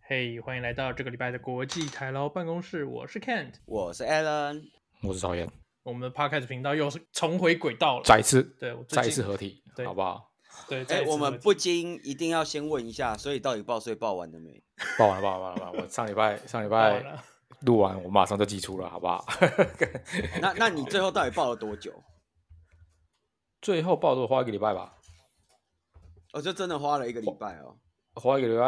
嘿欢迎来到这个礼拜的国际台劳办公室，我是 Kent。我是 Alan，我是赵岩，我们的 Podcast 频道又是重回轨道了，再一次，对我最再一近次合体对，好不好？对，哎、再一次我合们体不禁一定要先问一下，所以到底报税报完了没？报完了，报完了，报完了！我上礼拜上礼报完拜了，录完，我马上就寄出了，好不好？ 那那你最后到底报了多久？最后报的花一个礼拜吧，我、就哦真的花了一个礼拜哦，花一个礼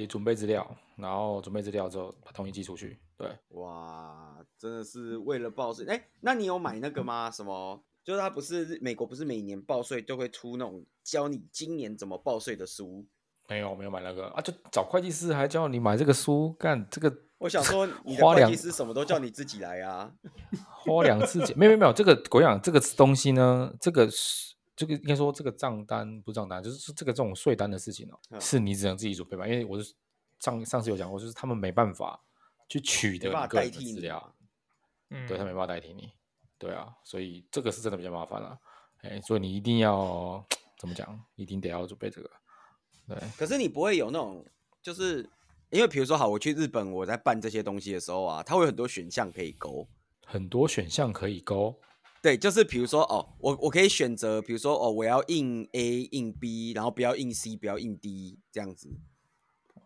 拜准备资料，然后准备资料之后把东西寄出去。对，哇，真的是为了报税。哎、那你有买那个吗？什么？就是他不是美国不是每年报税都会出那种教你今年怎么报税的书？没有没有买那个啊，就找会计师还叫你买这个书，干这个我想说，你的花会两计师什么都叫你自己来啊。花两次钱，没有没有没有，这个我想这个东西呢，这个是这个应该说这个账单不是账单，就是这个这种税单的事情哦、嗯是你只能自己准备嘛，因为我是上上次有讲过，就是他们没办法去取得没办法你个代人的替你资料嘛，嗯，对他没办法代替你，对啊，所以这个是真的比较麻烦了、哎、所以你一定要怎么讲，一定得要准备这个，对，可是你不会有那种，就是因为比如说，好，我去日本，我在办这些东西的时候啊，它会有很多选项可以勾。很多选项可以勾，对，就是比如说哦，我我可以选择，比如说哦，我要印 A 印 B，然后不要印 C，不要印 D 这样子。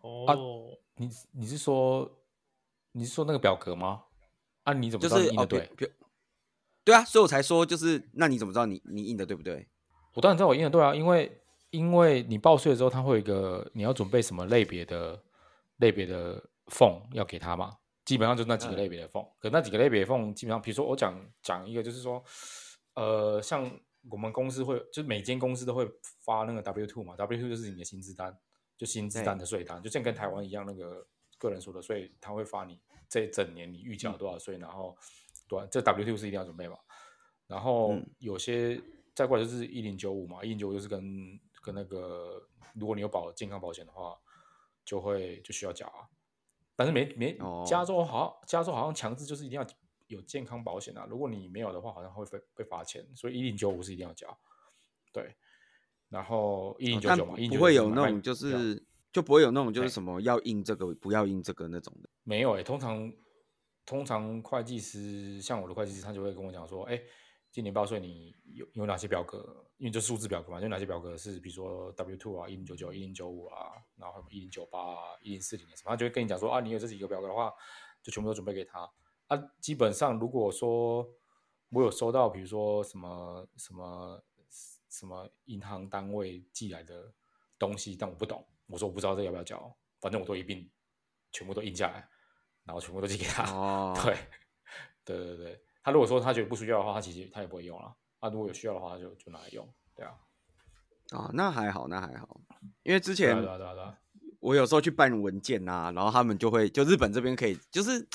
哦，你你是说你是说那个表格吗？啊，你怎么就知道你是印哦，的比对？比对啊，所以我才说就是，那你怎么知道你你印的对不对？我当然知道我印的对啊，因为因为你报税的时候，它会有一个你要准备什么类别的类别的 form 要给他嘛，基本上就是那几嗯个类别的 form、可那几个类别的 form 基本上，比如说我讲讲一个，就是说，呃，像我们公司会，就是每间公司都会发那个 W two 嘛，W two 就是你的薪资单，就薪资单的税单，就像跟台湾一样那个个人所得税，他会发你这整年你预缴多少税，然后多少这 W two 是一定要准备嘛。然后嗯有些再过来就是一零九五嘛，一零九五就是跟跟那个，如果你有保健康保险的话，就会就需要缴啊。但是没没哦，加州好，像加州好像强制就是一定要有健康保险啊，如果你没有的话，好像会被被罚钱，所以一零九五是一定要缴。对，然后一零九哦但九不嘛，一零不九会有那种就是就不会有那种就是哎什么要印这个不要印这个那种的。没有诶、欸通常通常会计师像我的会计师，他就会跟我讲说，哎、今年报税你有有哪些表格？因为就是数字表格嘛，就哪些表格是比如说 W two 啊、一零九九、一零九五啊，然后一零九八啊、一零四零什么，他就会跟你讲说啊，你有这几个表格的话，就全部都准备给他。啊，基本上如果说我有收到，比如说什么什么什么银行单位寄来的东西，但我不懂，我说我不知道这要不要交，反正我都一并全部都印下来，然后全部都寄给他。哦 对，对对对，他如果说他觉得不需要的话，他其实他也不会用了。他如果有需要的话，他就就拿来用。对啊，啊，那还好，那还好，因为之对前啊，对啊，对啊，对啊。我有时候去办文件啊，然后他们就会就日本这边可以就是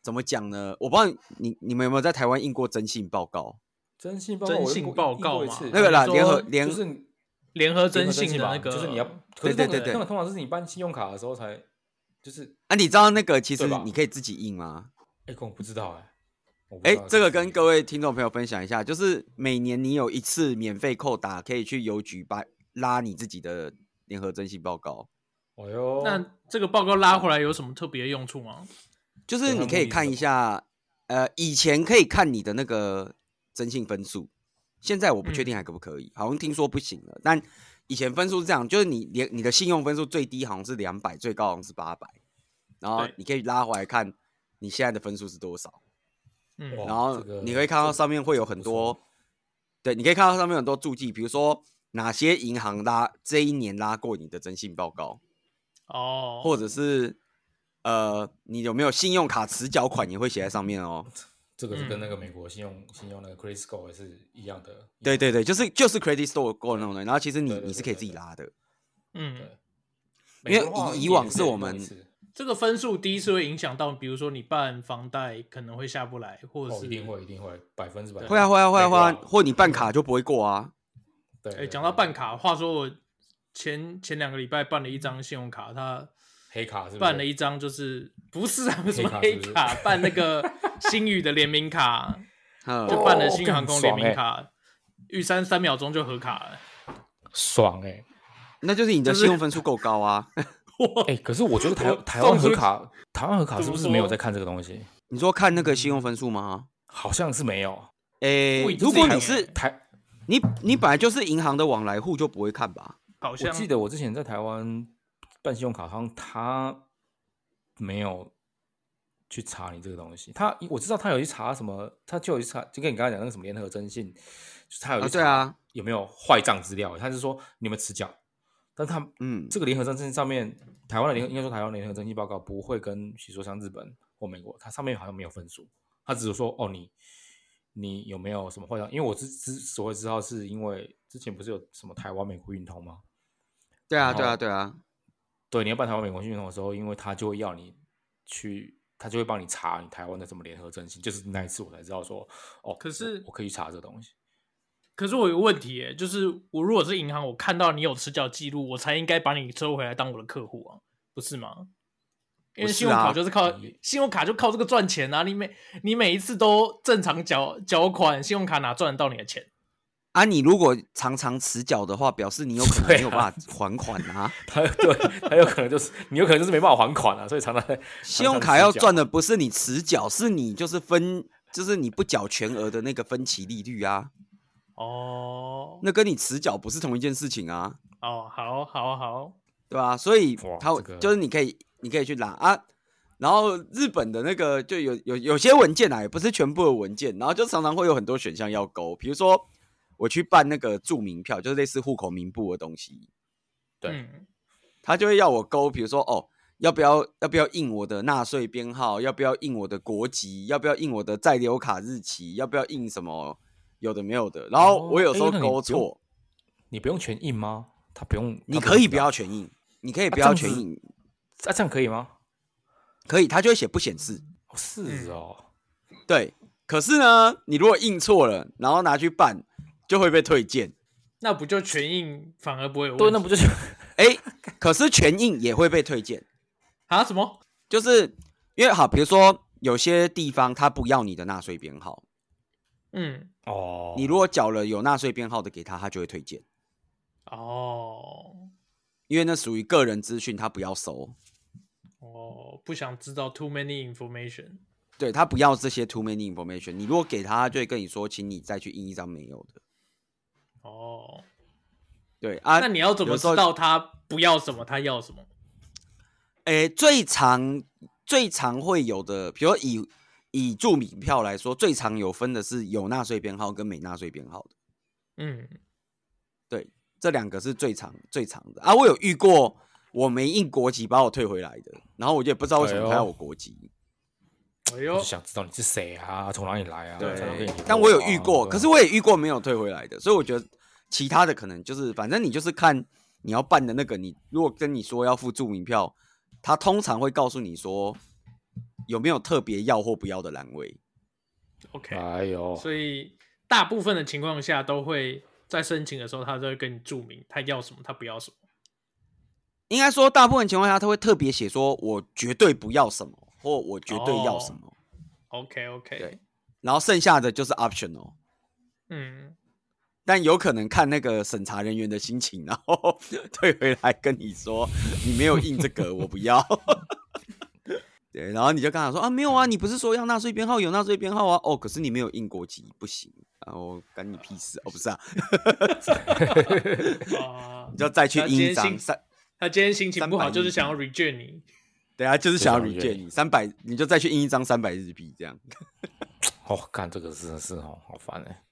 怎么讲呢？我不知道你你们有没有在台湾印过征信报告？征信报告征我印信过，报印告过一嘛次那个啦你说联合就联是联合征信的嘛那个，就是你要，可是对那对个对那个通常是你办信用卡的时候才，就是啊，你知道那个其实对吧你可以自己印吗？哎，可我不知道哎，我不哎、知道这个是跟各位听众朋友分享一下，就是每年你有一次免费扣打，可以去邮局把拉你自己的联合征信报告，哎呦，那这个报告拉回来有什么特别用处吗？就是对你它可以目的是看什一么下，呃，以前可以看你的那个征信分数，现在我嗯不确定还可不可以，好像听说不行了。但以前分数是这样，就是你连你的信用分数最低好像是两百，最高好像是八百，然后对你可以拉回来看你现在的分数是多少。嗯，哇然后哦这个你会看到这个上面会有这个很不多错，对，你可以看到上面有很多注记，比如说哪些银行拉这一年拉过你的征信报告，哦，或者是呃，你有没有信用卡迟缴款也会写在上面哦。这个是跟那嗯个美国信用信用那个 Credit Score 也是一样的，对对对，就是就是 credit store 过那种的，然后其实你对对你是对可以对自己对拉的，嗯，美因为国的话以一以年往就是可我以用一们次这个分数低是会影响到，比如说你办房贷可能会下不来，或者哦，是一定会一定会百分之百会啊会啊会啊会美国啊，或你办卡就不会过啊。对，哎、对讲到对办卡，话说我前前两个礼拜办了一张信用卡，他黑卡是不是办了一张就是不是啊，什么卡黑是不是卡，办那个星宇的联名卡，嗯，就办了哦新干航空联爽名欸卡，玉山三秒钟就合卡了。爽哎，那就是你的就是信用分数够高啊。我哎、可是我觉得台我台湾放出核卡，台湾核卡怎是不么是没有说在看这个东西？你说看那个信用分数吗？好像是没有。诶、不一定如果欸你是台，你你本来就是银行的往来户，就不会看吧？好我像记得我之前在台湾办信用卡，好像他没有去查你这个东西。他我知道他有去查什么，他就有去查，就跟你刚才讲那个什么联合征信，就是他有啊，去对查啊，有没有坏账资料，欸他是说你们迟缴，但他嗯，这个联合征信上面，台湾的联应该说台湾联合征信报告不会跟，比如说像日本或美国，它上面好像没有分数，它只是说哦你你有没有什么坏账？因为我之之所以知道，是因为之前不是有什么台湾美国运通吗？对啊，然后对啊，对啊，对，你要办台湾美国运通的时候，因为他就会要你去，他就会帮你查你台湾的什么联合征信，就是那一次我才知道说哦，可是我我可以去查这个东西。 可是我有个问题耶，就是我如果是银行，我看到你有迟缴记录，我才应该把你收回来当我的客户啊，不是吗？因为不是信用卡啊就是靠、你信用卡就靠这个赚钱啊！你每你每一次都正常缴缴款，信用卡哪赚得到你的钱？啊，你如果常常迟缴的话，表示你有可能对啊没有办法还款 啊。他对，他有可能就是你有可能就是没办法还款啊，所以常常在信用卡要赚的。的不是你迟缴，是你就是分，就是你不缴全额的那个分期利率啊，哦那跟你迟缴不是同一件事情啊，哦，好好好，对吧、所以哇它这个就是你可以，你可以去拿啊。然后日本的那个就有有有些文件啊，也不是全部的文件，然后就常常会有很多选项要勾，比如说我去办那个住民票，就是类似户口名簿的东西，对嗯他就会要我勾，比如说哦，要不要要不要印我的纳税编号，要不要印我的国籍，要不要印我的在留卡日期，要不要印什么有的没有的。然后哦我有时候哎那你勾不用错，你不用全印吗？他不用，你他可以知不道要全印，你可以不啊这要样全子印，啊？这样可以吗？可以，他就会写不显示。哦是嗯哦，对，可是呢，你如果印错了，然后拿去办，就会被退件。那不就全印反而不嗯会有问题？对，那不就是哎，可是全印也会被退件。啊什么？就是因为好，比如说有些地方他不要你的纳税编号，嗯哦？你如果缴了有纳税编号的给他，他就会推荐，哦因为那属于个人资讯，他不要收，哦，不想知道 too many information。对他不要这些 too many information。你如果给他，他就会跟你说，请你再去印一张没有的。哦，对啊，那你要怎么有时知候道他不要什么，他要什么？诶，最常最常会有的，比如说以以住民票来说，最常有分的是有纳税编号跟没纳税编号的，嗯，对，这两个是最常最常的啊。我有遇过我没印国籍把我退回来的，然后我就也不知道为什么哎呦他要我国籍。哎我呦就，想知道你是谁啊，从哪里来啊？对才能跟你联络啊但我有遇过，对啊可是我也遇过没有退回来的，所以我觉得其他的可能就是，反正你就是看你要办的那个，你如果跟你说要付住民票，他通常会告诉你说有没有特别要或不要的栏位。 OK，、哎呦，所以大部分的情况下都会在申请的时候，他都会跟你注明他要什么，他不要什么。应该说，大部分情况下他会特别写说，我绝对不要什么，或我绝对要什哦么， OK OK，对然后剩下的就是 optional。嗯，但有可能看那个审查人员的心情，然后退回来跟你说你没有印这个，我不 要。对，然后你就跟他说啊，没有啊，你不是说要纳税编号有纳税编号啊？哦，可是你没有印国籍，不行。然后干你屁事哦，不是啊，啊你，就再去印一那今天张心 三，他今天心情不好， 300就是想要 reject 你。等下啊就是想要非常 reject 愿你三百，你就再去印一张三百日币这样。哦，干这个真的是哦，好烦哎。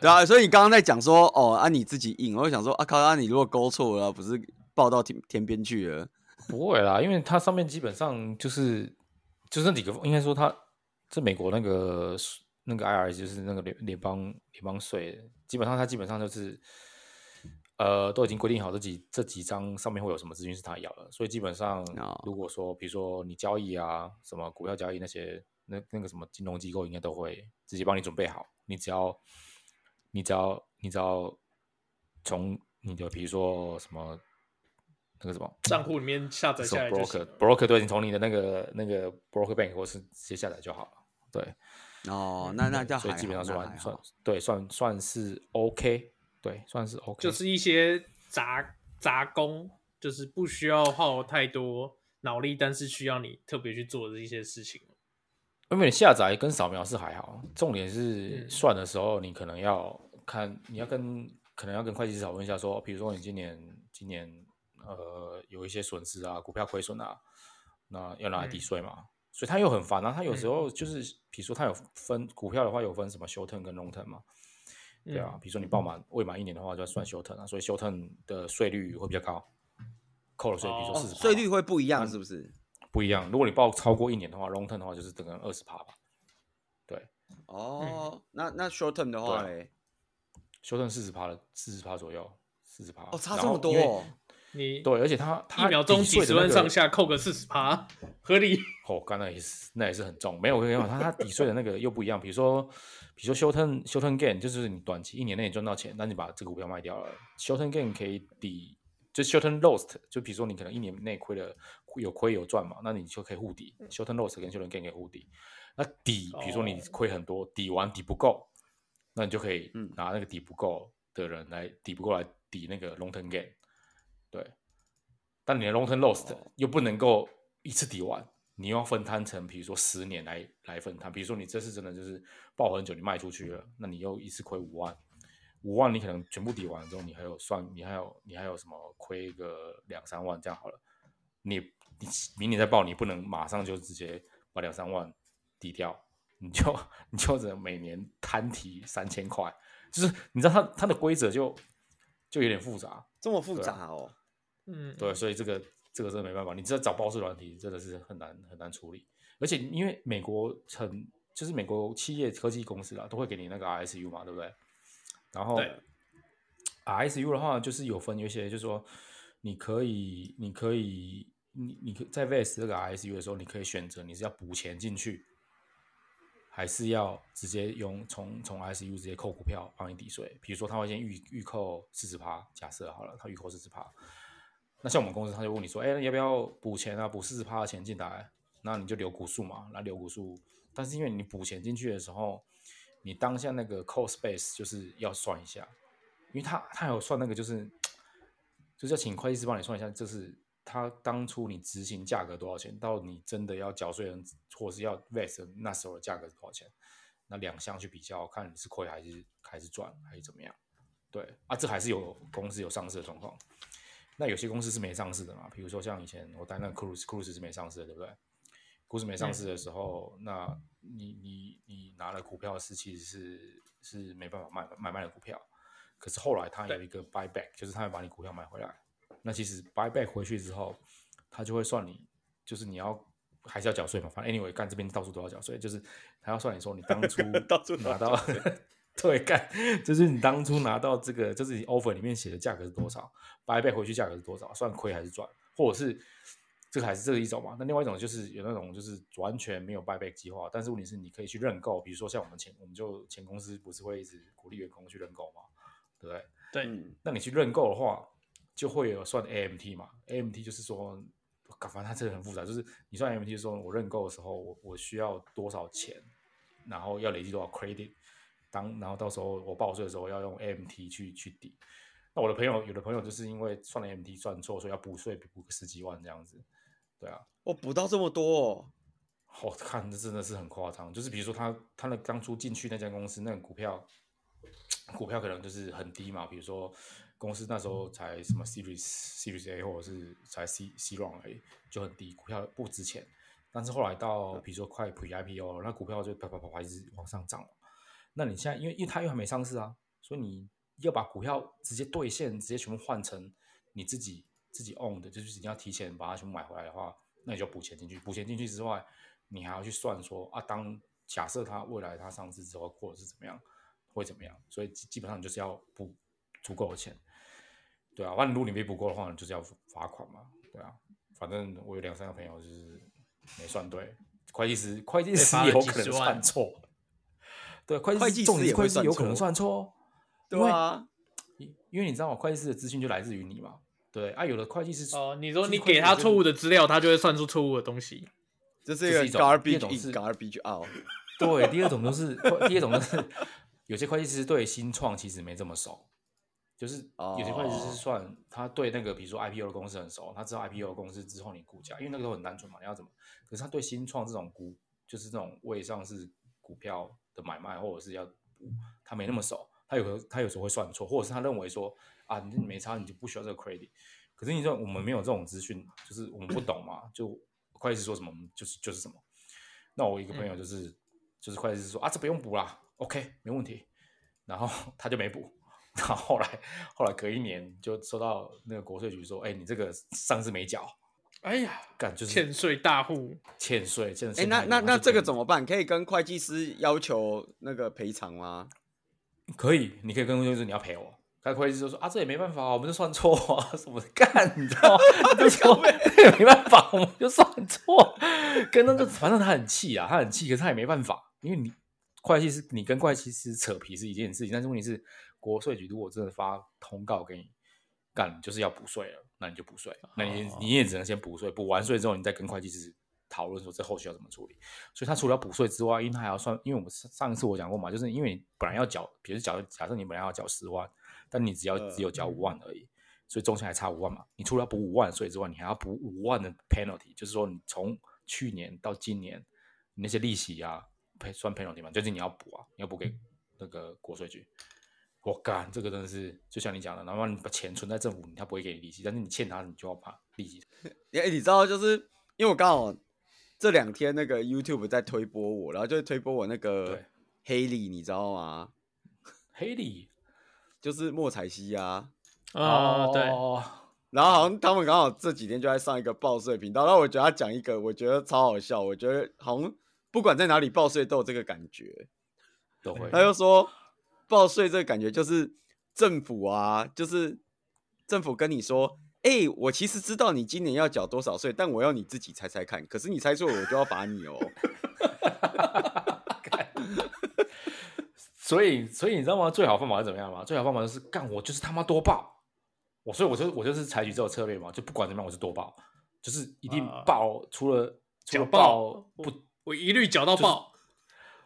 对啊，所以你刚刚在讲说哦，啊你自己印，我就想说啊靠，啊你如果勾错了，不是报到天天边去了？不会啦，因为它上面基本上就是就是那几个，应该说它这美国那个那个 IRS 就是那个联联邦联邦税，基本上它基本上就是呃都已经规定好这几这几张上面会有什么资讯是他要的，所以基本上哦如果说比如说你交易啊什么股票交易那些那那个什么金融机构应该都会直接帮你准备好，你只要你只要你只要从你的比如说什么那个什么。账户里面下载这种下来就行 broker 了。 broker 都已经从你的那个那个 broker bank 或是直接下载就好了。对，哦，那那对叫嗯所以还基本好上那还算好算。对算算是 OK，对算是 OK，就是一些杂杂工，就是不需要耗太多脑力，但是需要你特别去做的一些事情。因为你下载跟扫描是还好，重点是嗯算的时候，你可能要看，你要跟可能要跟会计师讨论一下说，哦比如说你今年今年呃有一些损失啊，股票亏损啊，那要拿来抵嗯税嘛，所以他又很烦啊。他有时候就是，比如说他有分股票的话，有分什么 short term 跟 long term 嘛，对嗯啊，比如说你报满未满一年的话，就要算 short term 啊，所以 short term 的税率会比较高，扣了税，比如说哦四十、税率会不一样，是不是？不一样。如果你报超过一年的话，long term 的话就是等于二十趴吧。哦，那那 short term 的话嘞，修正四十趴了，四十趴左右，四十趴。哦，差然这么后多因为哦，你对，而且他他一秒钟抵几税十的那万个上，下，扣个四十趴，合理。哦，刚才也是那也是很重，没有没有，他他抵税的那个又不一样。比如说，比如说修正修正 gain，就是你短期一年内赚到钱，那你把这个股票卖掉了，修正 gain 可以抵，就修正 lost，就比如说你可能一年内亏了有亏有赚嘛，那你就可以互抵，修正 lost 跟修正 gain 可以互抵。那抵，比如说你哦亏很多，抵完抵不够，那你就可以嗯拿那个抵不够的人来抵不过来抵那个 long term gain，对。但你的 long term lost 又不能够一次抵完，你又要分摊成，比如说十年来来分摊。比如说你这次真的就是爆很久，你卖出去了，那你又一次亏五万，五万你可能全部抵完之后，你还有算，你还有你还有什么亏个两三万这样好了。你你明年再报，你不能马上就直接把两三万抵掉，你就你就只能每年摊提三千块，就是你知道它它的规则就就有点复杂，这么复杂哦。嗯，对，所以这个这个真的没办法，你这找报税软体真的是很难很难处理，而且因为美国很就是美国企业科技公司啦，都会给你那个 RSU 嘛，对不对？然后对 RSU 的话，就是有分有一些，就是说你可以你可以你你可在 vest 这个 RSU 的时候，你可以选择你是要补钱进去，还是要直接用从从 RSU 直接扣股票帮你抵税。比如说他会先预预扣四十趴，假设好了，他预扣四十趴，那像我们公司，他就问你说，哎、要不要补钱啊？补四十趴的钱进来，那你就留股数嘛，那留股数。但是因为你补钱进去的时候，你当下那个 cost base 就是要算一下，因为他他有算那个就是，就是要请会计师帮你算一下，就是他当初你执行价格多少钱，到你真的要缴税人或是要 vest 人那时候的价格是多少钱，那两项去比较，看你是亏还是还是赚还是怎么样。对啊，这还是有公司有上市的状况。那有些公司是没上市的嘛，比如说像以前我待那个 Cruise，Cruise 是没上市的，对不对？Cruise 没上市的时候，那你你你拿了股票是其实是是没办法卖买卖的股票，可是后来它有对一个 buyback，就是它会把你股票买回来。那其实 buyback 回去之后，它就会算你，就是你要还是要缴税嘛，反正 anyway 干这边到处都要缴税，就是他要算你说你当初 到处都要拿到 对干，就是你当初拿到这个，就是你 offer 里面写的价格是多少，八倍回去价格是多少，算亏还是赚，或者是这个还是这个一种嘛？那另外一种就是有那种就是完全没有 buyback 计划，但是问题是你可以去认购，比如说像我们前我们就前公司不是会一直鼓励员工去认购嘛，对不对？对，嗯，那你去认购的话，就会有算 AMT 嘛？AMT 就是说，干反正它这个很复杂，就是你算 AMT 就是说我认购的时候，我我需要多少钱，然后要累积多少 credit，当然后到时候我报税的时候要用 AMT 去去抵。那我的朋友有的朋友就是因为算了 AMT 算错，所以要补税补个十几万这样子，对啊。我补到这么多哦，好看，这真的是很夸张。就是比如说他他那当初进去那家公司，那个股票股票可能就是很低嘛，比如说公司那时候才什么 Series Series A 或者是才 C C round A 就很低，股票不值钱。但是后来到比如说快 Pre IPO，了那股票就啪啪啪啪一直往上涨嘛。那你现在因为因为它又还没上市啊，所以你要把股票直接兑现，直接全部换成你自己自己 own 的，就是你要提前把它全部买回来的话，那你就补钱进去。补钱进去之外，你还要去算说啊，当假设它未来它上市之后或者是怎么样，会怎么样？所以基基本上你就是要补足够的钱，对啊。万一如果你没补够的话，你就是要罚款嘛，对啊。反正我有两三个朋友就是没算对，会计师会计师罚了有几可能十万算错，对，会会计计师重师点也是会会计师算有可能错算错哦，因对为啊，因因为你知道吗？会计师的资讯就来自于你嘛，对啊，有的会计师哦，你说就是你会给计师他就错误的资料，他就会算出错误的东西。这是一这个是一种第二 garbage 种 in 是 garbage out，对，第二种就是第二种就是有些会计师对新创其实没这么熟，就是有些会计哦师算他对那个比如说 IPO 的公司很熟，他知道 IPO 的公司之后你股价，因为那个都很单纯嘛，你要怎么？可是他对新创这种股，就是这种未上市股票的买卖或者是要补，他没那么熟，他有时候他有时候会算错，或者是他认为说啊，你没差，你就不需要这个 credit。可是你说我们嗯没有这种资讯，就是我们不懂嘛，就会计师说什么我们就是就是什么。那我一个朋嗯友就是、就是会计师说啊，这不用补啦，OK，没问题。然后 他就没补，然后后来后来隔一年就收到那个国税局说，哎、你这个上次没缴，哎呀，干就是欠税大户，欠税，欠哎、税那太多。那他那就这给个你怎么办？可以跟会计师要求那个赔偿吗？可以？你可以跟会计师说你要赔我。他会计师就说啊，这也没办法，我们就算错啊， 什么的干，你知道吗？哦就说 这也没办法，我们就算错。啊跟他就反正他很气啊，他很气，可是他也没办法，因为你会计师，你跟会计师扯皮是一件事情，但是问题是国税局如果真的发通告给你，干你就是要补税了，那你就补税，那你、哦你也只能先补税，补完税之后你再跟会计师讨论说这后续要怎么处理。所以他除了要补税之外，因为他还要算，因为我们上上一次我讲过嘛，就是因为你本来要缴，比如假假设你本来要缴十万，但你只要嗯只有缴五万而已，所以中间还差五万嘛。你除了要补五万税之外，你还要补五万的 penalty，就是说你从去年到今年你那些利息啊，赔算 penalty 嘛，就是你要补啊，你要补嗯给那个国税局。我干，这个真的是就像你讲的，然后你把钱存在政府，他不会给你利息，但是你欠他，你就要把利息。哎、你知道，就是因为我刚好这两天那个 YouTube 在推播我，然后就会推播我那个对黑里，你知道吗？黑利就是莫彩西啊。哦啊，对，然后好像他们刚好这几天就在上一个报税频道，然后我觉得他讲一个，我觉得超好笑，我觉得好像不管在哪里报税都有这个感觉。都会他就说报税这个感觉就是政府啊，就是政府跟你说，哎、我其实知道你今年要缴多少税，但我要你自己猜猜看，可是你猜错了我就要罚你哦。所以，所以你知道吗？最好方法是怎么样吗？最好方法就是干，我就是他妈多报。我所以我就我就是采取这种策略嘛，就不管怎么样，我就多报，就是一定啊报。除了除缴了爆报不，我一律缴到爆，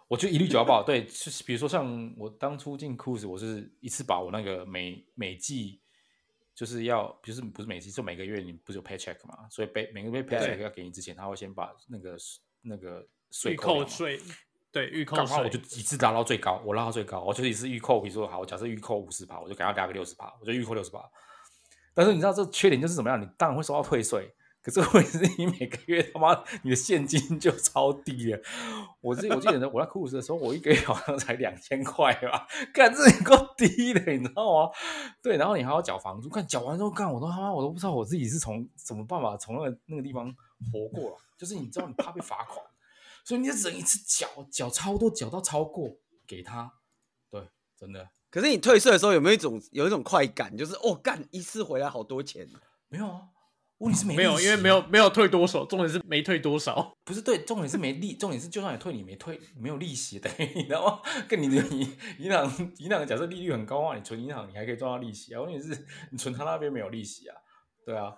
我就一律就要报。对，就是比如说像我当初进 Cruise，我是一次把我那个每每季就是要，不是不是每季，就每个月你不是有 paycheck 嘛，所以每每个月 paycheck 要给你之前，他会先把那个那个税预扣掉嘛税，对，预扣干话税，我就一次拉到最高，我拉到最高，我就一次预扣，比如说好，我假设预扣五十趴，我就给他加个六十趴，我就预扣六十趴。但是你知道这缺点就是怎么样？你当然会收到退税，可是问题是你每个月他妈你的现金就超低了。我记我记得我在酷暑的时候，我一个月好像才两千块吧，干这也够低的，你知道吗？对，然后你还要缴房租，干缴完之后，干我都他妈我都不知道我自己是从什么办法从那个那个地方活过来，就是你知道你怕被罚款，所以你就只能一次缴缴超多，缴到超过给他，对，真的可是你退税的时候有没有一种有一种快感，就是哦干一次回来好多钱，没有啊。问题是没没有，利因为息啊没有没有退多少，重点是没退多少。 不是对，重点是没利，重点是就算你退，你没退，没有利息，等于你知道吗？跟你的银银行银行假设利率很高啊，你存银行你还可以赚到利息啊，问题是你存他那边没有利息啊，对啊，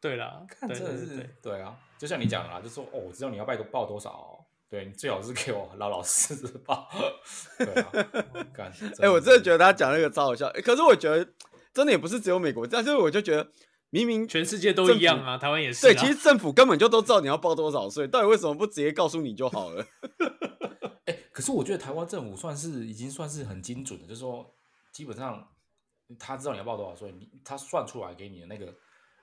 对啦，看对真的对对是对对啊，就像你讲的啦，就说哦，我知道你要拜个报多少、哦，对你最好是给我老老实实报， 对啊，干，哎、我真的觉得得他讲那个超好笑、欸可是我觉得真的也不是只有美国这样，就是我就觉得明明全世界都政一样府啊，台湾也是啊。对，其实政府根本就都知道你要报多少税，到底为什么不直接告诉你就好了？哎、可是我觉得台湾政府算是已经算是很精准的，就是说基本上他知道你要报多少税，你他算出来给你的那个。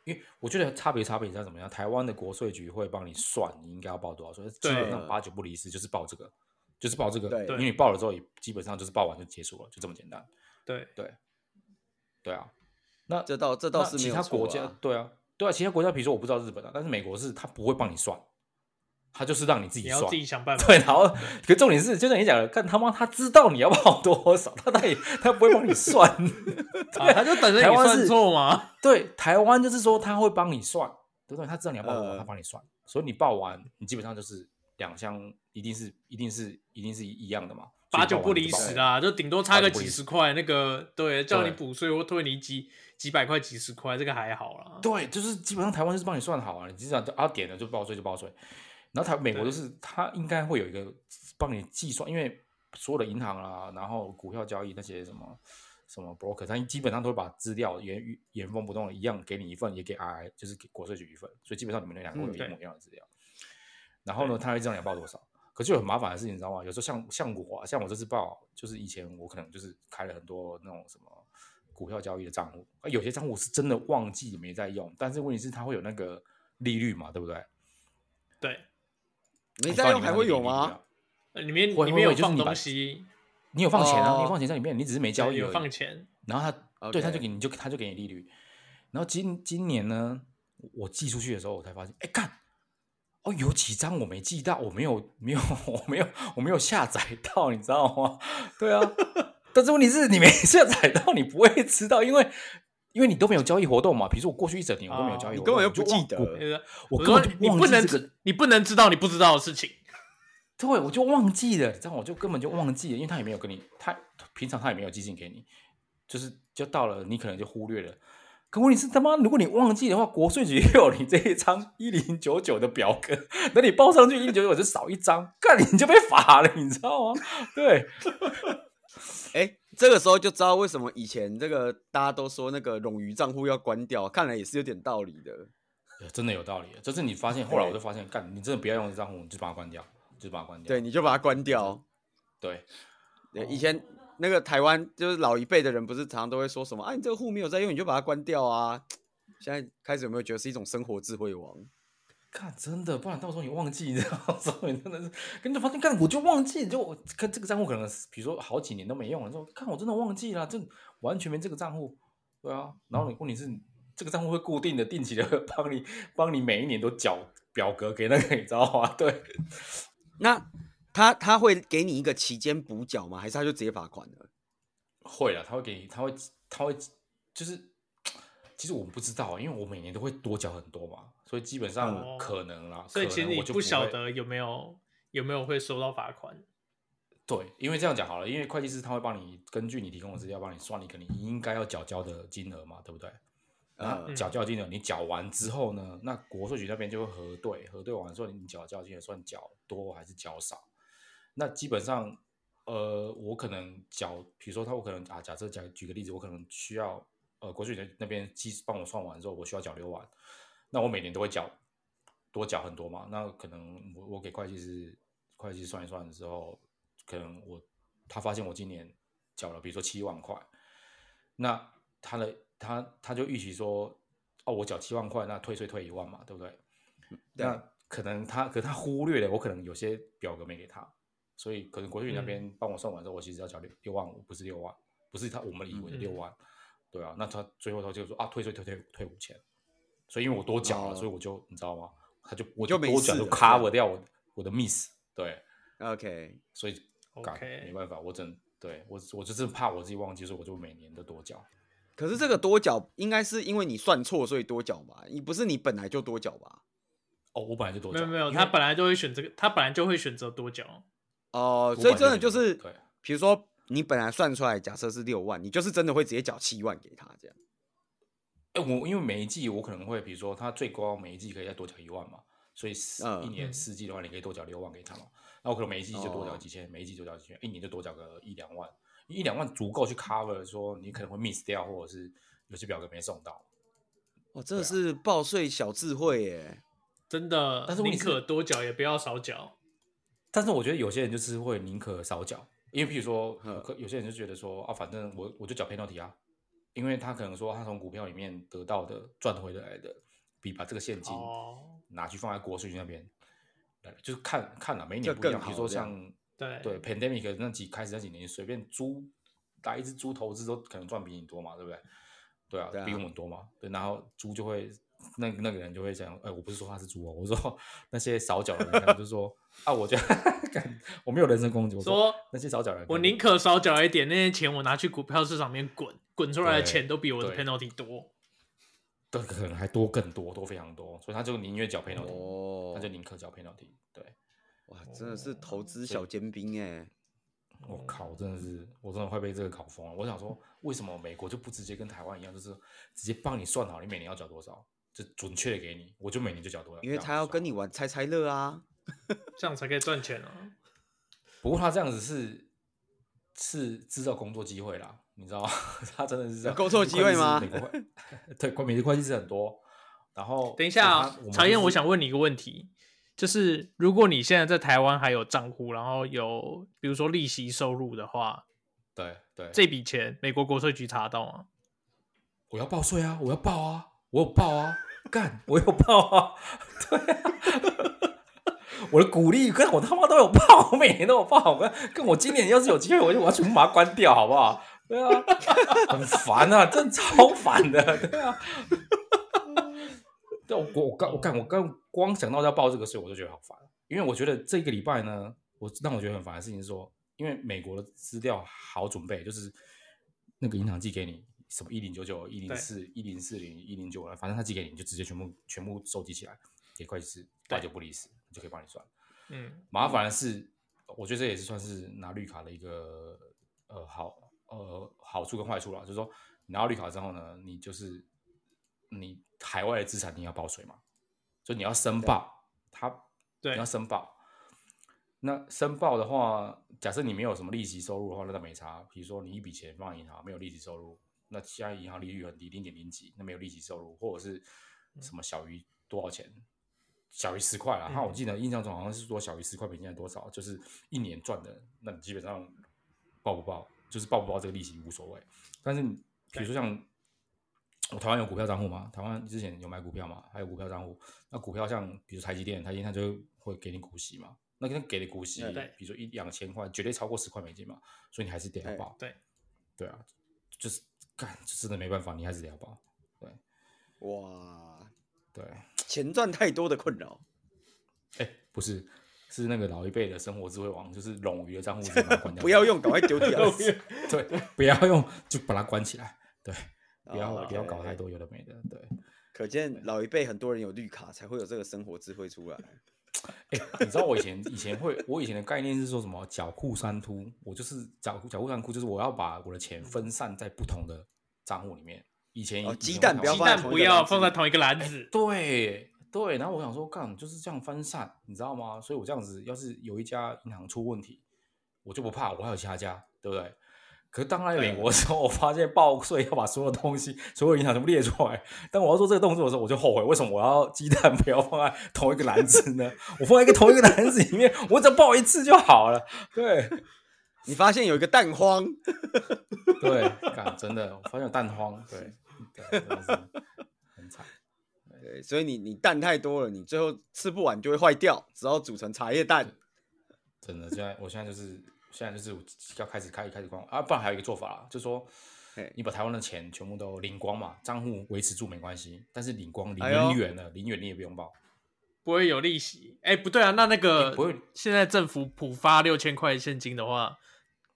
因为我觉得差别差别你知道怎么样？台湾的国税局会帮你算你应该要报多少税，基本上对八九不离十就是报这个，就是报这个。对因为你报了之后也基本上就是报完就结束了，就这么简单。对对啊，那 这倒这倒那是没其有他错国啊家，对啊，对啊，其他国家比如说我不知道日本啊，但是美国是他不会帮你算，他就是让你自己你算要，自己想办法。 对，然后可重点是，就像你讲的，看他妈他知道你要报多少，他他也他不会帮你算。 啊，他就等着台你湾算是错嘛。对，台湾就是说他会帮你算，对不对？他知道你要报多少，呃他帮你算，所以你报完，你基本上就是两项一定是一定是一定是一样的嘛，所以八你九报不完离就报十啊完。啦，就顶多差个八九不离几十十块。那个对，叫你对补税或退你几几百块、几十块，这个还好啦。对，就是基本上台湾就是帮你算好啊，你只想啊点了就报税就报税。然后台美国就是它应该会有一个帮你计算，因为所有的银行啊，然后股票交易那些什么什么 broker，他基本上都会把资料原原封不动的一样给你一份，也给 RI，就是给国税局一份，所以基本上你们那两个会有嗯对一模一样的资料。然后呢，他会知道你要报多少。可是有很麻烦的事情，你知道吗？有时候像像我、啊，像我这次报，就是以前我可能就是开了很多那种什么股票交易的账户，啊有些账户我是真的忘记没在用，但是问题是它会有那个利率嘛，对不对？对，没在用还会有吗？？呃里面会里会面有会就是放你把东西，你有放钱啊，哦你有放钱在里面，你只是没交易而有已放钱，然后他 OK 对他就给你就他就给你利率，然后今今年呢，我我寄出去的时候，我才发现，哎干，哦有几张我没寄到，我没有没有我没有我没有下载到，你知道吗？对啊，但是问题是你没下载到，你不会知道，因为因为你都没有交易活动嘛。比如说我过去一整年我都没有交易你活根动，本又我就不记忘得，就是我我根说本就你忘不记能这个知你不能知道你不知道的事情，对，我就忘记了，这样我就根本就忘记了，因为他也没有跟你，他平常他也没有寄信给你，就是就到了你可能就忽略了。可问题是他妈，如果你忘记的话，国税局也有你这一张一零九九的表格，那你报上去一零九九就少一张，干你就被罚了，你知道吗？ 对，哎、这个时候就知道为什么以前这个大家都说那个冗余账户要关掉，看来也是有点道理的。呃真的有道理。就是你发现，后来我就发现，干你真的不要用这账户，你就把它关掉，就把它关掉。对，你就把它关掉。对，对，以前那个台湾就是老一辈的人，不是常常都会说什么啊，你这个户没有在用，你就把它关掉啊。现在开始有没有觉得是一种生活智慧王？看，真的，不然到时候你忘记，你知 道，时候你真的是跟着发现，看我就忘记，就我看这个账户可能是比如说好几年都没用了，之后看我真的忘记了，这完全没这个账户，对啊。然嗯后你问题是这个账户会固定的、定期的 帮你帮你每一年都缴表格给那个，你知道吗？ 对，那他他会给你一个期间补缴吗？还是他就直接罚款了？会了，他会给你，他会他会就是，其实我们不知道，因为我每年都会多缴很多嘛，所以基本哦上可能啦，所以可其实能你我就不晓会得有没有有没有会收到罚款。对，因为这样讲好了，因为会计师他会帮你根据你提供的资料，帮你算你可能应该要缴交的金额嘛，对不对？呃那缴交金额你缴完之后呢，那国税局那边就会核对，核对完之后你缴交金额算缴多还是缴少？那基本上，呃，我可能缴，比如说他我可能啊，假设讲举个例子，我可能需要呃国税局那边计帮我算完之后，我需要缴六万，那我每年都会缴多缴很多嘛，那可能我我给会计师会计师算一算之后，可能我他发现我今年缴了，比如说七万块，那他的他他就预期说，哦，我缴七万块，那退税退一万嘛，对不对？对那可能他可他忽略了我可能有些表格没给他，所以可能国税局那嗯边帮我算完之后，我其实要缴六六万五，不是六万，不是他我们以为的六嗯万，对啊，那他最后他就说啊，退税退退退五千，所以因为我多缴了，哦所以我就你知道吗？他就你我就没多缴事就了 cover 掉我我的 miss，对， ，OK，所以干 OK 没办法，我只能对我我就是怕我自己忘记，所以我就每年都多缴。可是这个多缴应该是因为你算错所以多缴吧？你不是你本来就多缴吧？哦，我本来就多没缴，有没有，因为他本来就会选这个，他本来就会选择多缴。哦、我本所以来真的就多缴是，对比如说你本来算出来假设是六万，你就是真的会直接缴七万给他这样。哎、我因为每一季我可能会，比如说它最高每一季可以再多缴一万嘛，所以四嗯一年四季的话，你可以多缴六万给他嘛。那我可能每一季就多缴哦几千，每一季多缴几千，一年就多缴个一两万，一两万足够去 cover 说你可能会 miss 掉，或者是有些表格没送到。哦，真的啊是报税小智慧耶！真的，但是问宁题是可多缴也不要少缴。但是我觉得有些人就是会宁可少缴，因为譬如说，嗯可有些人就觉得说啊，反正我我就缴 penalty 啊，因为他可能说他从股票里面得到的赚回来的，比把这个现金哦，拿去放在国税局那边，来就是看看了、每一这年不一更样。比如说好这样像对对 pandemic 那几开始那几年，随便猪打一只猪投资都可能赚比你多嘛，对不对？对啊，对啊比我们多嘛。对，然后猪就会那那个人就会讲，哎、我不是说他是猪哦，我说 那些少缴的人，他们就 说啊，我觉得干我没有人身攻击，我说说那些少缴的人，我宁可少缴一点，那些钱我拿去股票市场里面滚，滚出来的对钱都比我的对 penalty 多。都可能还多更多，多非常多，所以他就宁愿缴 penalty，、哦他就，宁可缴 penalty。对，哇，真的是投资所以小尖兵哎！我靠，哦真的是，我真的快被这个搞疯了。我想说，为什么美国就不直接跟台湾一样，就是直接帮你算好你每年要缴多少，就准确的给你，我就每年就缴多少。因为这样他要跟算你玩猜猜乐啊。这样才可以哦赚钱啊！不过他这样子是是制造工作机会啦，你知道吗 他真的是在有工作机会吗美国会 对，美国会计师很多。然后等一下啊他，们曹燕，就是我想问你一个问题，就是如果你现在在台湾还有账户，然后有比如说利息收入的话，对对，这笔钱美国国税局查得到吗？我要报税啊，我要报啊，我有报啊，干， 我有报啊，对啊，我的鼓励跟我他妈都有报， 我每年都有报，我跟我今年要是有机会，我就我要全部把它关掉，好不好？对啊， 很烦啊，真的超烦的，对啊。嗯对，我我刚我干我刚光想到要报这个税，我就觉得好烦，啊因为我觉得这个礼拜呢，我让我觉得很烦的事情是说，因为美国的资料好准备，就是那个银行寄给你什么一零九九、一零四、一零四零、一零九，反正他寄给你，你就直接全部全部收集起来给会计师，八九不离十，就可以帮你算。嗯，麻烦的是，我觉得这也是算是拿绿卡的一个呃好呃好处跟坏处啦，就是说你拿到绿卡之后呢，你就是你海外的资产你要报税嘛，就你要申报，它对你要申报。那申报的话，假设你没有什么利息收入的话，那倒没差。比如说你一笔钱放银行没有利息收入，那现在银行利率很低，零点零几，那没有利息收入，或者是什么小于多少钱，小于十块啊。那、我记得印象中好像是说小于十块美金还是多少，就是一年赚的，那你基本上报不报，就是报不报这个利息无所谓。但是你比如说像我台湾有股票账户嘛，台湾之前有买股票嘛，还有股票账户。那股票像比如台积电，台积电它就会给你股息嘛，那跟给的股息嗯对，比如说一两千块，绝对超过十块美金嘛，所以你还是得要对报。对，对啊，就是干，这真的没办法，你还是得要报。哇，对，钱赚太多的困扰。哎，不是，是那个老一辈的生活智慧王，就是冗余的账户直接把它关掉， 不要，用，赶快丢掉。对，不要用，就把它关起来，对， 不要、哦不要搞太。对多有的没的，对。可见老一辈很多人有绿卡，才会有这个生活智慧出来。哎、你知道我以前以前会，我以前的概念是说什么脚库三突，我就是脚脚库三突，就是我要把我的钱分散在不同的账户里面。以前哦以鸡前会蛋想不要鸡说放在蛋同一不个要篮子放里在同一个篮子。对对，然后我想说，干就是这样分散，你知道吗？所以我这样子，要是有一家银行出问题，我就不怕，我还有其他家，对不对？可是当来美国的时候，我发现报税要把所有东西、所有银行全部列出来。当我要做这个动作的时候，我就后悔，为什么我要鸡蛋不要放在同一个篮子呢？我放在一个同一个篮子里面，我只要报一次就好了。对你发现有一个蛋荒，对，干真的，我发现有蛋荒，对，对真的是很惨。对，所以你你蛋太多了，你最后吃不完就会坏掉，只好煮成茶叶蛋。真的，现在我现在就是现在就是我要开始开开始光啊，不然还有一个做法啦，就说嘿你把台湾的钱全部都领光嘛，账户维持住没关系，但是领光领哎呦零元了，零元你也不用报，不会有利息。哎、不对啊，那那个哎不会现在政府普发六千块现金的话，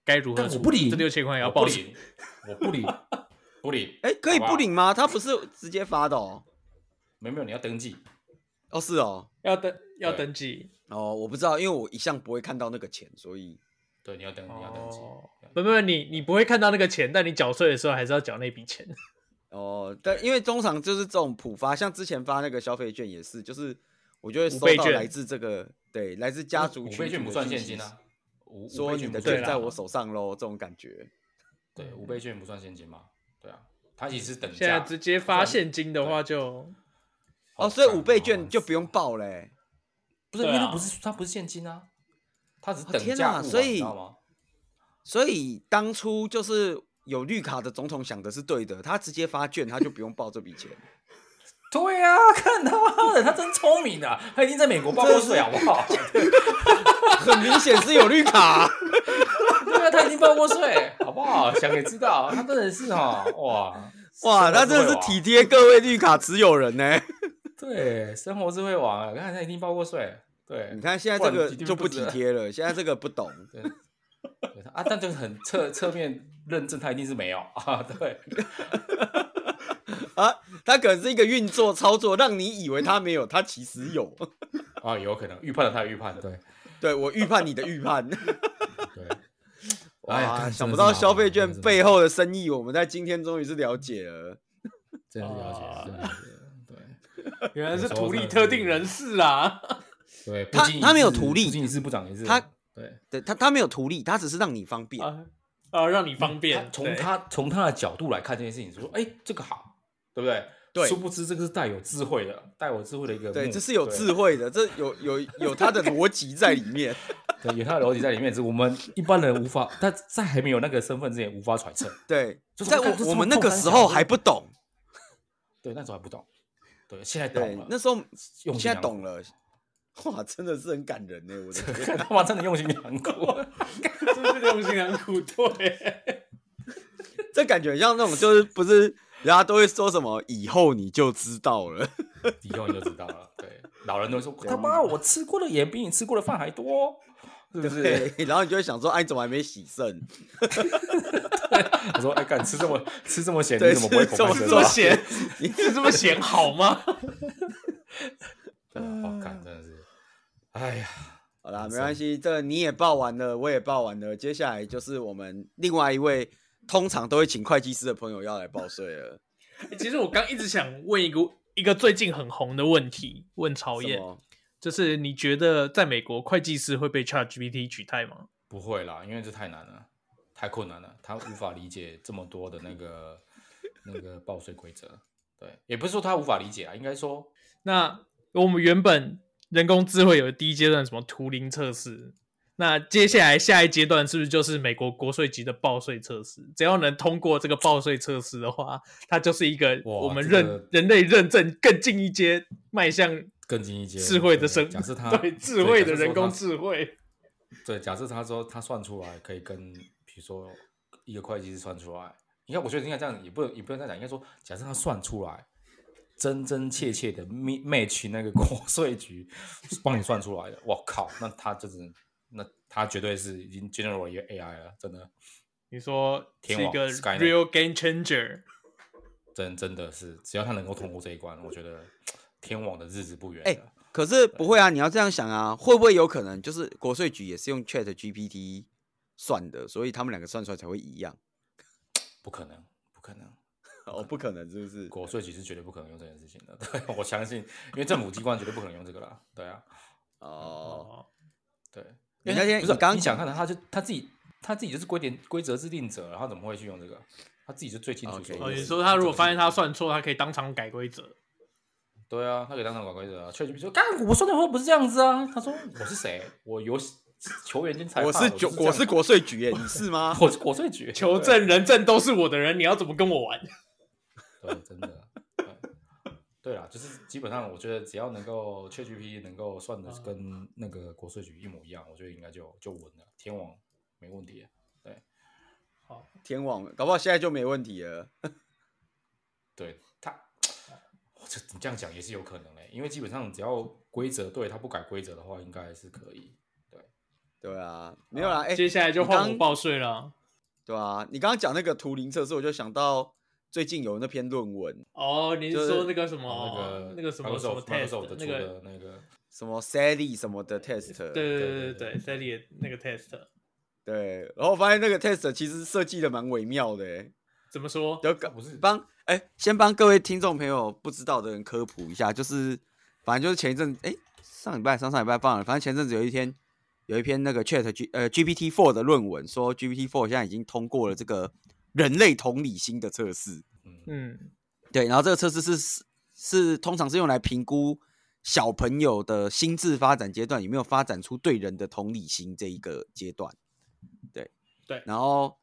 该如何但处理？我不领这六千块要我不报警。领，我不领，不领，哎，可以好好不，领吗？他不是直接发的哦。没有没有，你要登记，哦，是哦。要登要登记哦，我不知道，因为我一向不会看到那个钱，所以对，你要登，你要登记，哦对不不不，你你不会看到那个钱，但你缴税的时候还是要缴那笔钱。哦，但因为通常就是这种普发，像之前发那个消费券也是，就是我就会收五倍到券来自这个对来自家族五群倍券组不的算讯现息金啊，五五说倍你券不的算对券啦现在金我手上喽，这种感觉。对，五倍券不算现金嘛，对啊，它也是等价，现在直接发现金的话就，哦，所以干五倍麻券烦就死不用报嘞。不是，因对为它啊不是它不是现金啊，它只是哦等天价物、哪啊，所你以知道吗？所以当初就是有绿卡的总统想的是对的，他直接发券，他就不用报这笔钱。对呀、啊，看他妈的，他真聪明啊！他已经在美国报过税，好不好？很明显是有绿 卡，对啊，他已经报过 税，好不好？想也知道，他真的是哈、哇哇，啊他真的是体贴各位绿卡持有人呢、对生活智慧王啊！看他已经报过税，对你，看现在这不然个体贴就不不是啊体贴了，现在这个不懂。对对啊，但就是很侧侧面认证，他一定是没有啊，对。啊，他可能是一个运作操作，让你以为他没有，他其实有。啊，有可能预判了，他有预判， 对对我预判你的预判，对。 哎呀哇，干想真的不是到麻消烦费真券的是背后的深意，我们在今天终于是了解了。真的是了啊解，真的是对。原来是图利特定人士啊。对，不他经一他没有事图利不经一事不长一智。他对对他，他没有图利，他只是让你方便。啊，啊，让你方便他。从对 他从他的角度来看这件事情，说哎、这个好，对不对？对殊不知这个是带有智慧的，带有智慧的一个目，对，这是有嗯对智慧的，这有有有它的逻辑在里面。对，有他的逻辑在里面，只是我们一般人无法，他在还没有那个身份之前无法揣测。对，就是在我看这我我们超那个超时胆小候的还不懂，对，那时候还不懂，对，现在懂对了，。那时候现用心啊在 良懂苦，了，哇，真的是很感人呢，我的 天他妈真的用心良苦。真是用心良苦， 对，这感觉像那种就是不是人家都会说什么以后你就知道 了， 以后你就知道了。对，老人都会说他妈，我吃过的盐比你吃过的饭还多，哦是不是？对，然后你就会想说，哎，你怎么还没洗肾？他说，哎，敢吃这么吃这么咸，你对，怎是么不会恐慌是症这么啊？ 闲， 是这么显好吗？ 对啊，好嗯看，真的是，哎呀，好啦，没关系，这你也报完了，我也报完了，接下来就是我们另外一位通常都会请会计师的朋友要来报税了。其实我刚一直想问一个一个最近很红的问题，问曹什燕，么？就是你觉得在美国会计师会被 Chat GPT 取代吗？不会啦，因为这太难了，太困难了，他无法理解这么多的那个那个报税规则。对，也不是说他无法理解啊，应该说那我们原本人工智慧有第一阶段什么图灵测试，那接下来下一阶段是不是就是美国国税局的报税测试？只要能通过这个报税测试的话，它就是一个哇我们这认、个人类认证更进一阶，迈向更进一阶，智慧的对生，假设 他对智慧的人工智。智慧，对，假设他说他算出来可以跟，比如说一个会计师算出来，应该我觉得应该这样，也不能也不能这样讲，应该说假设他算出来，真真切切的 mi- match 那个国税局帮你算出来的，我靠，那他就是那他绝对是已经 general 一个 AI 了，真的，你说是天一网个 Skynet real game changer，真真的是只要他能够通过这一关，我觉得天网的日子不远了。哎可是不会啊，你要这样想啊，会不会有可能就是国税局也是用 Chat GPT 算的，所以他们两个算出来才会一样？不可能，不可能。 哦，不可能，是不是？国税局是绝对不可能用这件事情的，对，我相信，因为政府机关绝对不可能用这个啦，对啊，哦，哦，对，你那天不是你刚你想看的，他就他自己他自己就是规定规则制定者，然啊后怎么会去用这个？他自己就最清楚 OK 所有哦的你事说他如果发现他怎么算错，他可以当场改规则。去对啊，他给当场管规则啊，确实说干我说的话不是这样子啊。他说我是谁？我有球员兼裁判，我是我九，这我样？是国税局耶，你是吗 我是国税局求，证人证都是我的人，你要怎么跟我玩？对，对真的。对对啦，就是基本上，我觉得只要能够 ChatGPT 能够算的嗯跟那个国税局一模一样，我觉得应该就就稳了，天网没问题。天网，搞不好现在就没问题了。对他，我这你这样讲也是有可能嘞、因为基本上只要规则对他不改规则的话，应该是可以。对啊，没有啦，哎、接下来就你换刚我报税了啊。对啊，你刚刚讲那个图灵测试，我就想到最近有那篇论文，哦，你就是是说那个什哦那么个那个什么什么 Microsoft test 的那出个的那个，什么 Sally 什么的 test，对对对对对对，Sally 的那个 test 对，然后我发现那个 test 其实设计的蛮微妙的耶，怎么说？就它搞不是帮哎、先帮各位听众朋友不知道的人科普一下，就是反正就是前一阵哎、上礼拜上上礼拜放了，反正前阵子有一天有一篇那个 Chat G 呃 GPT Four 的论文说 GPT Four 现在已经通过了这个人类同理心的测试，嗯，嗯，对，然后这个测试是是是通常是用来评估小朋友的心智发展阶段有没有发展出对人的同理心这一个阶段。对，然后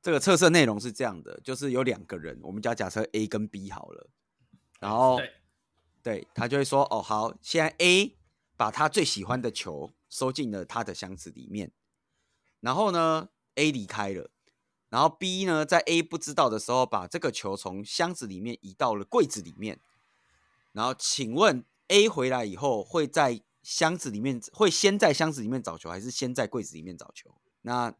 这个测试内容是这样的，就是有两个人，我们假假设 A 跟 B 好了，然后对对他就会说，哦好，现在 A 把他最喜欢的球收进了他的箱子里面，然后呢 A 离开了，然后 B 呢在 A 不知道的时候把这个球从箱子里面移到了柜子里面，然后请问 A 回来以后会在箱子里面会先在箱子里面找球，还是先在柜子里面找球？那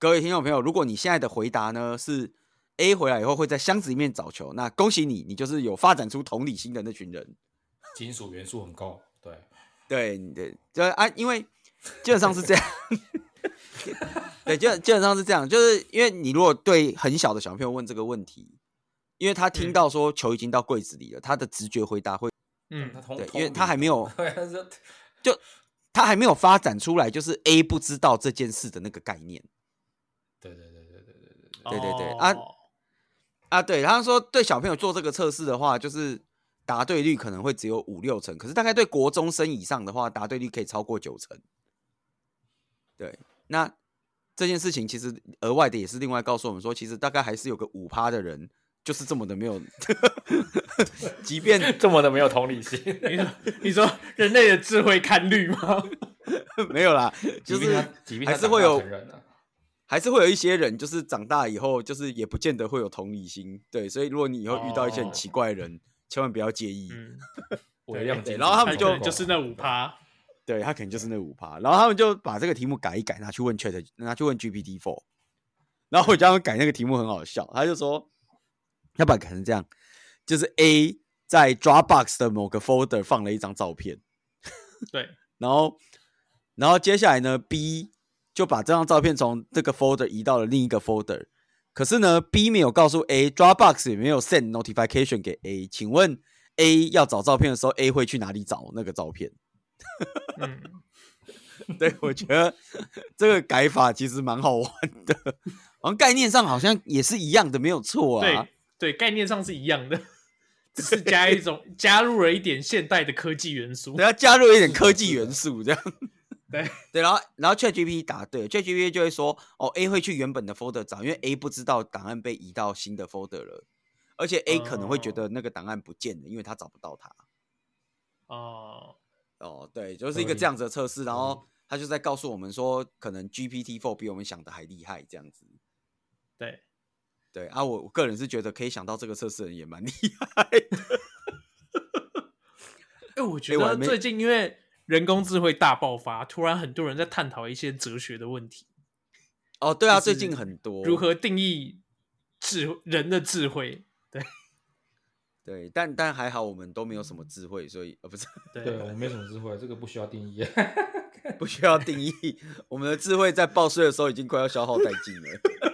各位听众朋友，如果你现在的回答呢是 A 回来以后会在箱子里面找球，那恭喜你，你就是有发展出同理心的那群人。金属元素很高，对，对，你的就啊，因为基本上是这样。 对，基本基本上是这样，就是因为你如果对很小的小朋友问这个问题，因为他听嗯到说球已经到柜子里了，他的直觉回答会嗯他，通，对，因通为灵他还没有 对，他说他还没有发展出来，就是 A 不知道这件事的那个概念。对对对对对对啊哦啊，对，他说对小朋友做这个测试的话，就是答对率可能会只有五六成，可是大概对国中生以上的话，答对率可以超过九成。对，那这件事情其实额外的也是另外告诉我们说，其实大概还是有个五趴的人就是这么的没 有，即便这么的没有同理 心，你说你说人类的智慧看绿 吗？没有啦，就即便他是即便他还是长会大有成人啊还是会有一些人，就是长大以后，就是也不见得会有同理心。对，所以如果你以后遇到一些很哦奇怪的人，千万不要介意。嗯，我的样对子，然后他他们可能就就是那五趴，对他可能就是那五趴，然后他们就把这个题目改一改，拿去问 Chat，拿去问 GPT Four，然后我叫他们改那个题目很好笑，他就说，他把它改成这样，就是 A 在 Dropbox 的某个 folder 放了一张照片，对，然后，然后接下来呢，B 就把这张照片从这个 folder 移到了另一个 folder。可是呢，B 没有告诉 A，Dropbox 也没有 send notification 给 A。请问 A 要找照片的时候，A 会去哪里找那个照片？嗯，对我觉得这个改法其实蛮好玩的，好像概念上好像也是一样的，没有错啊对。对，概念上是一样的，只是加一种 加入了一点现代的科技元素对，。啊要加入一点是的科技是的元素这样。 对 对，然后然后 ChatGPT 答对，ChatGPT 就会说，哦，A 会去原本的 folder 找，因为 A 不知道档案被移到新的 folder 了，而且 A 可能会觉哦得那个档案不见了，因为他找不到它。哦，哦，对，就是一个合这理样子的测试，然后合嗯他就在告诉我们说，可能 GPT Four 比我们想的还厉害，这样子。对，对啊，我我个人是觉得可以想到这个测试的人也蛮厉害的。哎，我觉哎我还得没最近因为人工智慧大爆发，突然很多人在探讨一些哲学的问题，哦，对啊，就最是近很多如何定义智人的智慧？对，但但还好我们都没有什么智慧，所以呃不是 对我们没什么智慧，这个不需要定义。不需要定 义，我们的智慧在报税的时候已经快要消耗殆尽了。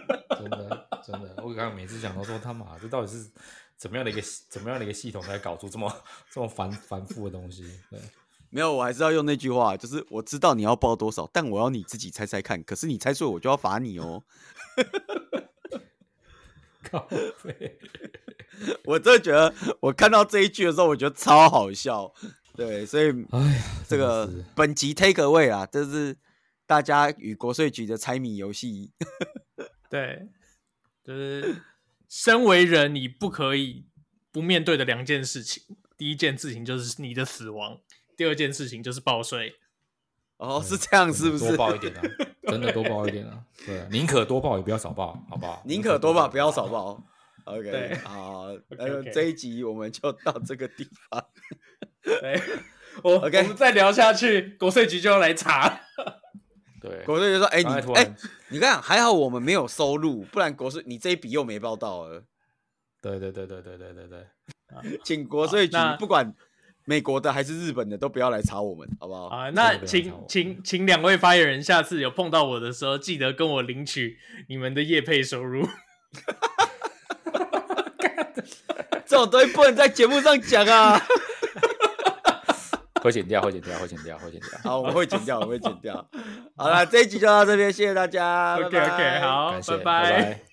真的真的，我刚刚每次想到说他妈这到底是怎么样的一个系怎么样的一个系统来搞出这么这么繁繁复的东西？对，没有，我还是要用那句话，就是我知道你要报多少，但我要你自己猜猜看。可是你猜错，我就要罚你哦。 靠 背，我真的觉得，我看到这一句的时候，我觉得超好笑。对， 所以哎呀，这真的个是本集 take away 啊，这是大家与国税局的猜谜游戏。 对，就是身为人，你不可以不面对的两件事情。第一件事情就是你的死亡，第二件事情就是报税。哦，是这样，是不哎多是？报一点啊，真的多报一点啊，对，宁可多报也不要少报，好不好？宁可多报，不要少报。OK，对好，那 OK，OK 就这一集我们就到这个地方。对，我 OK 我们再聊下去，国税局就要来查。对， 国税就说：“哎、刚才你突哎、然你看，还好我们没有收入，不然国税你这一笔又没报到了。对对对对对对对 对，请国税局好那不管美国的还是日本的都不要来查我们，好不好？啊，那真的不要查请我请请两位发言人，下次有碰到我的时候，记得跟我领取你们的业配收入。这种东西不能在节目上讲啊。 会剪掉，会剪掉，会剪掉，会剪掉。好，我会剪掉，我会剪掉。好了，这一集就到这边，谢谢大家。 OK 拜拜 OK，好，感谢，拜拜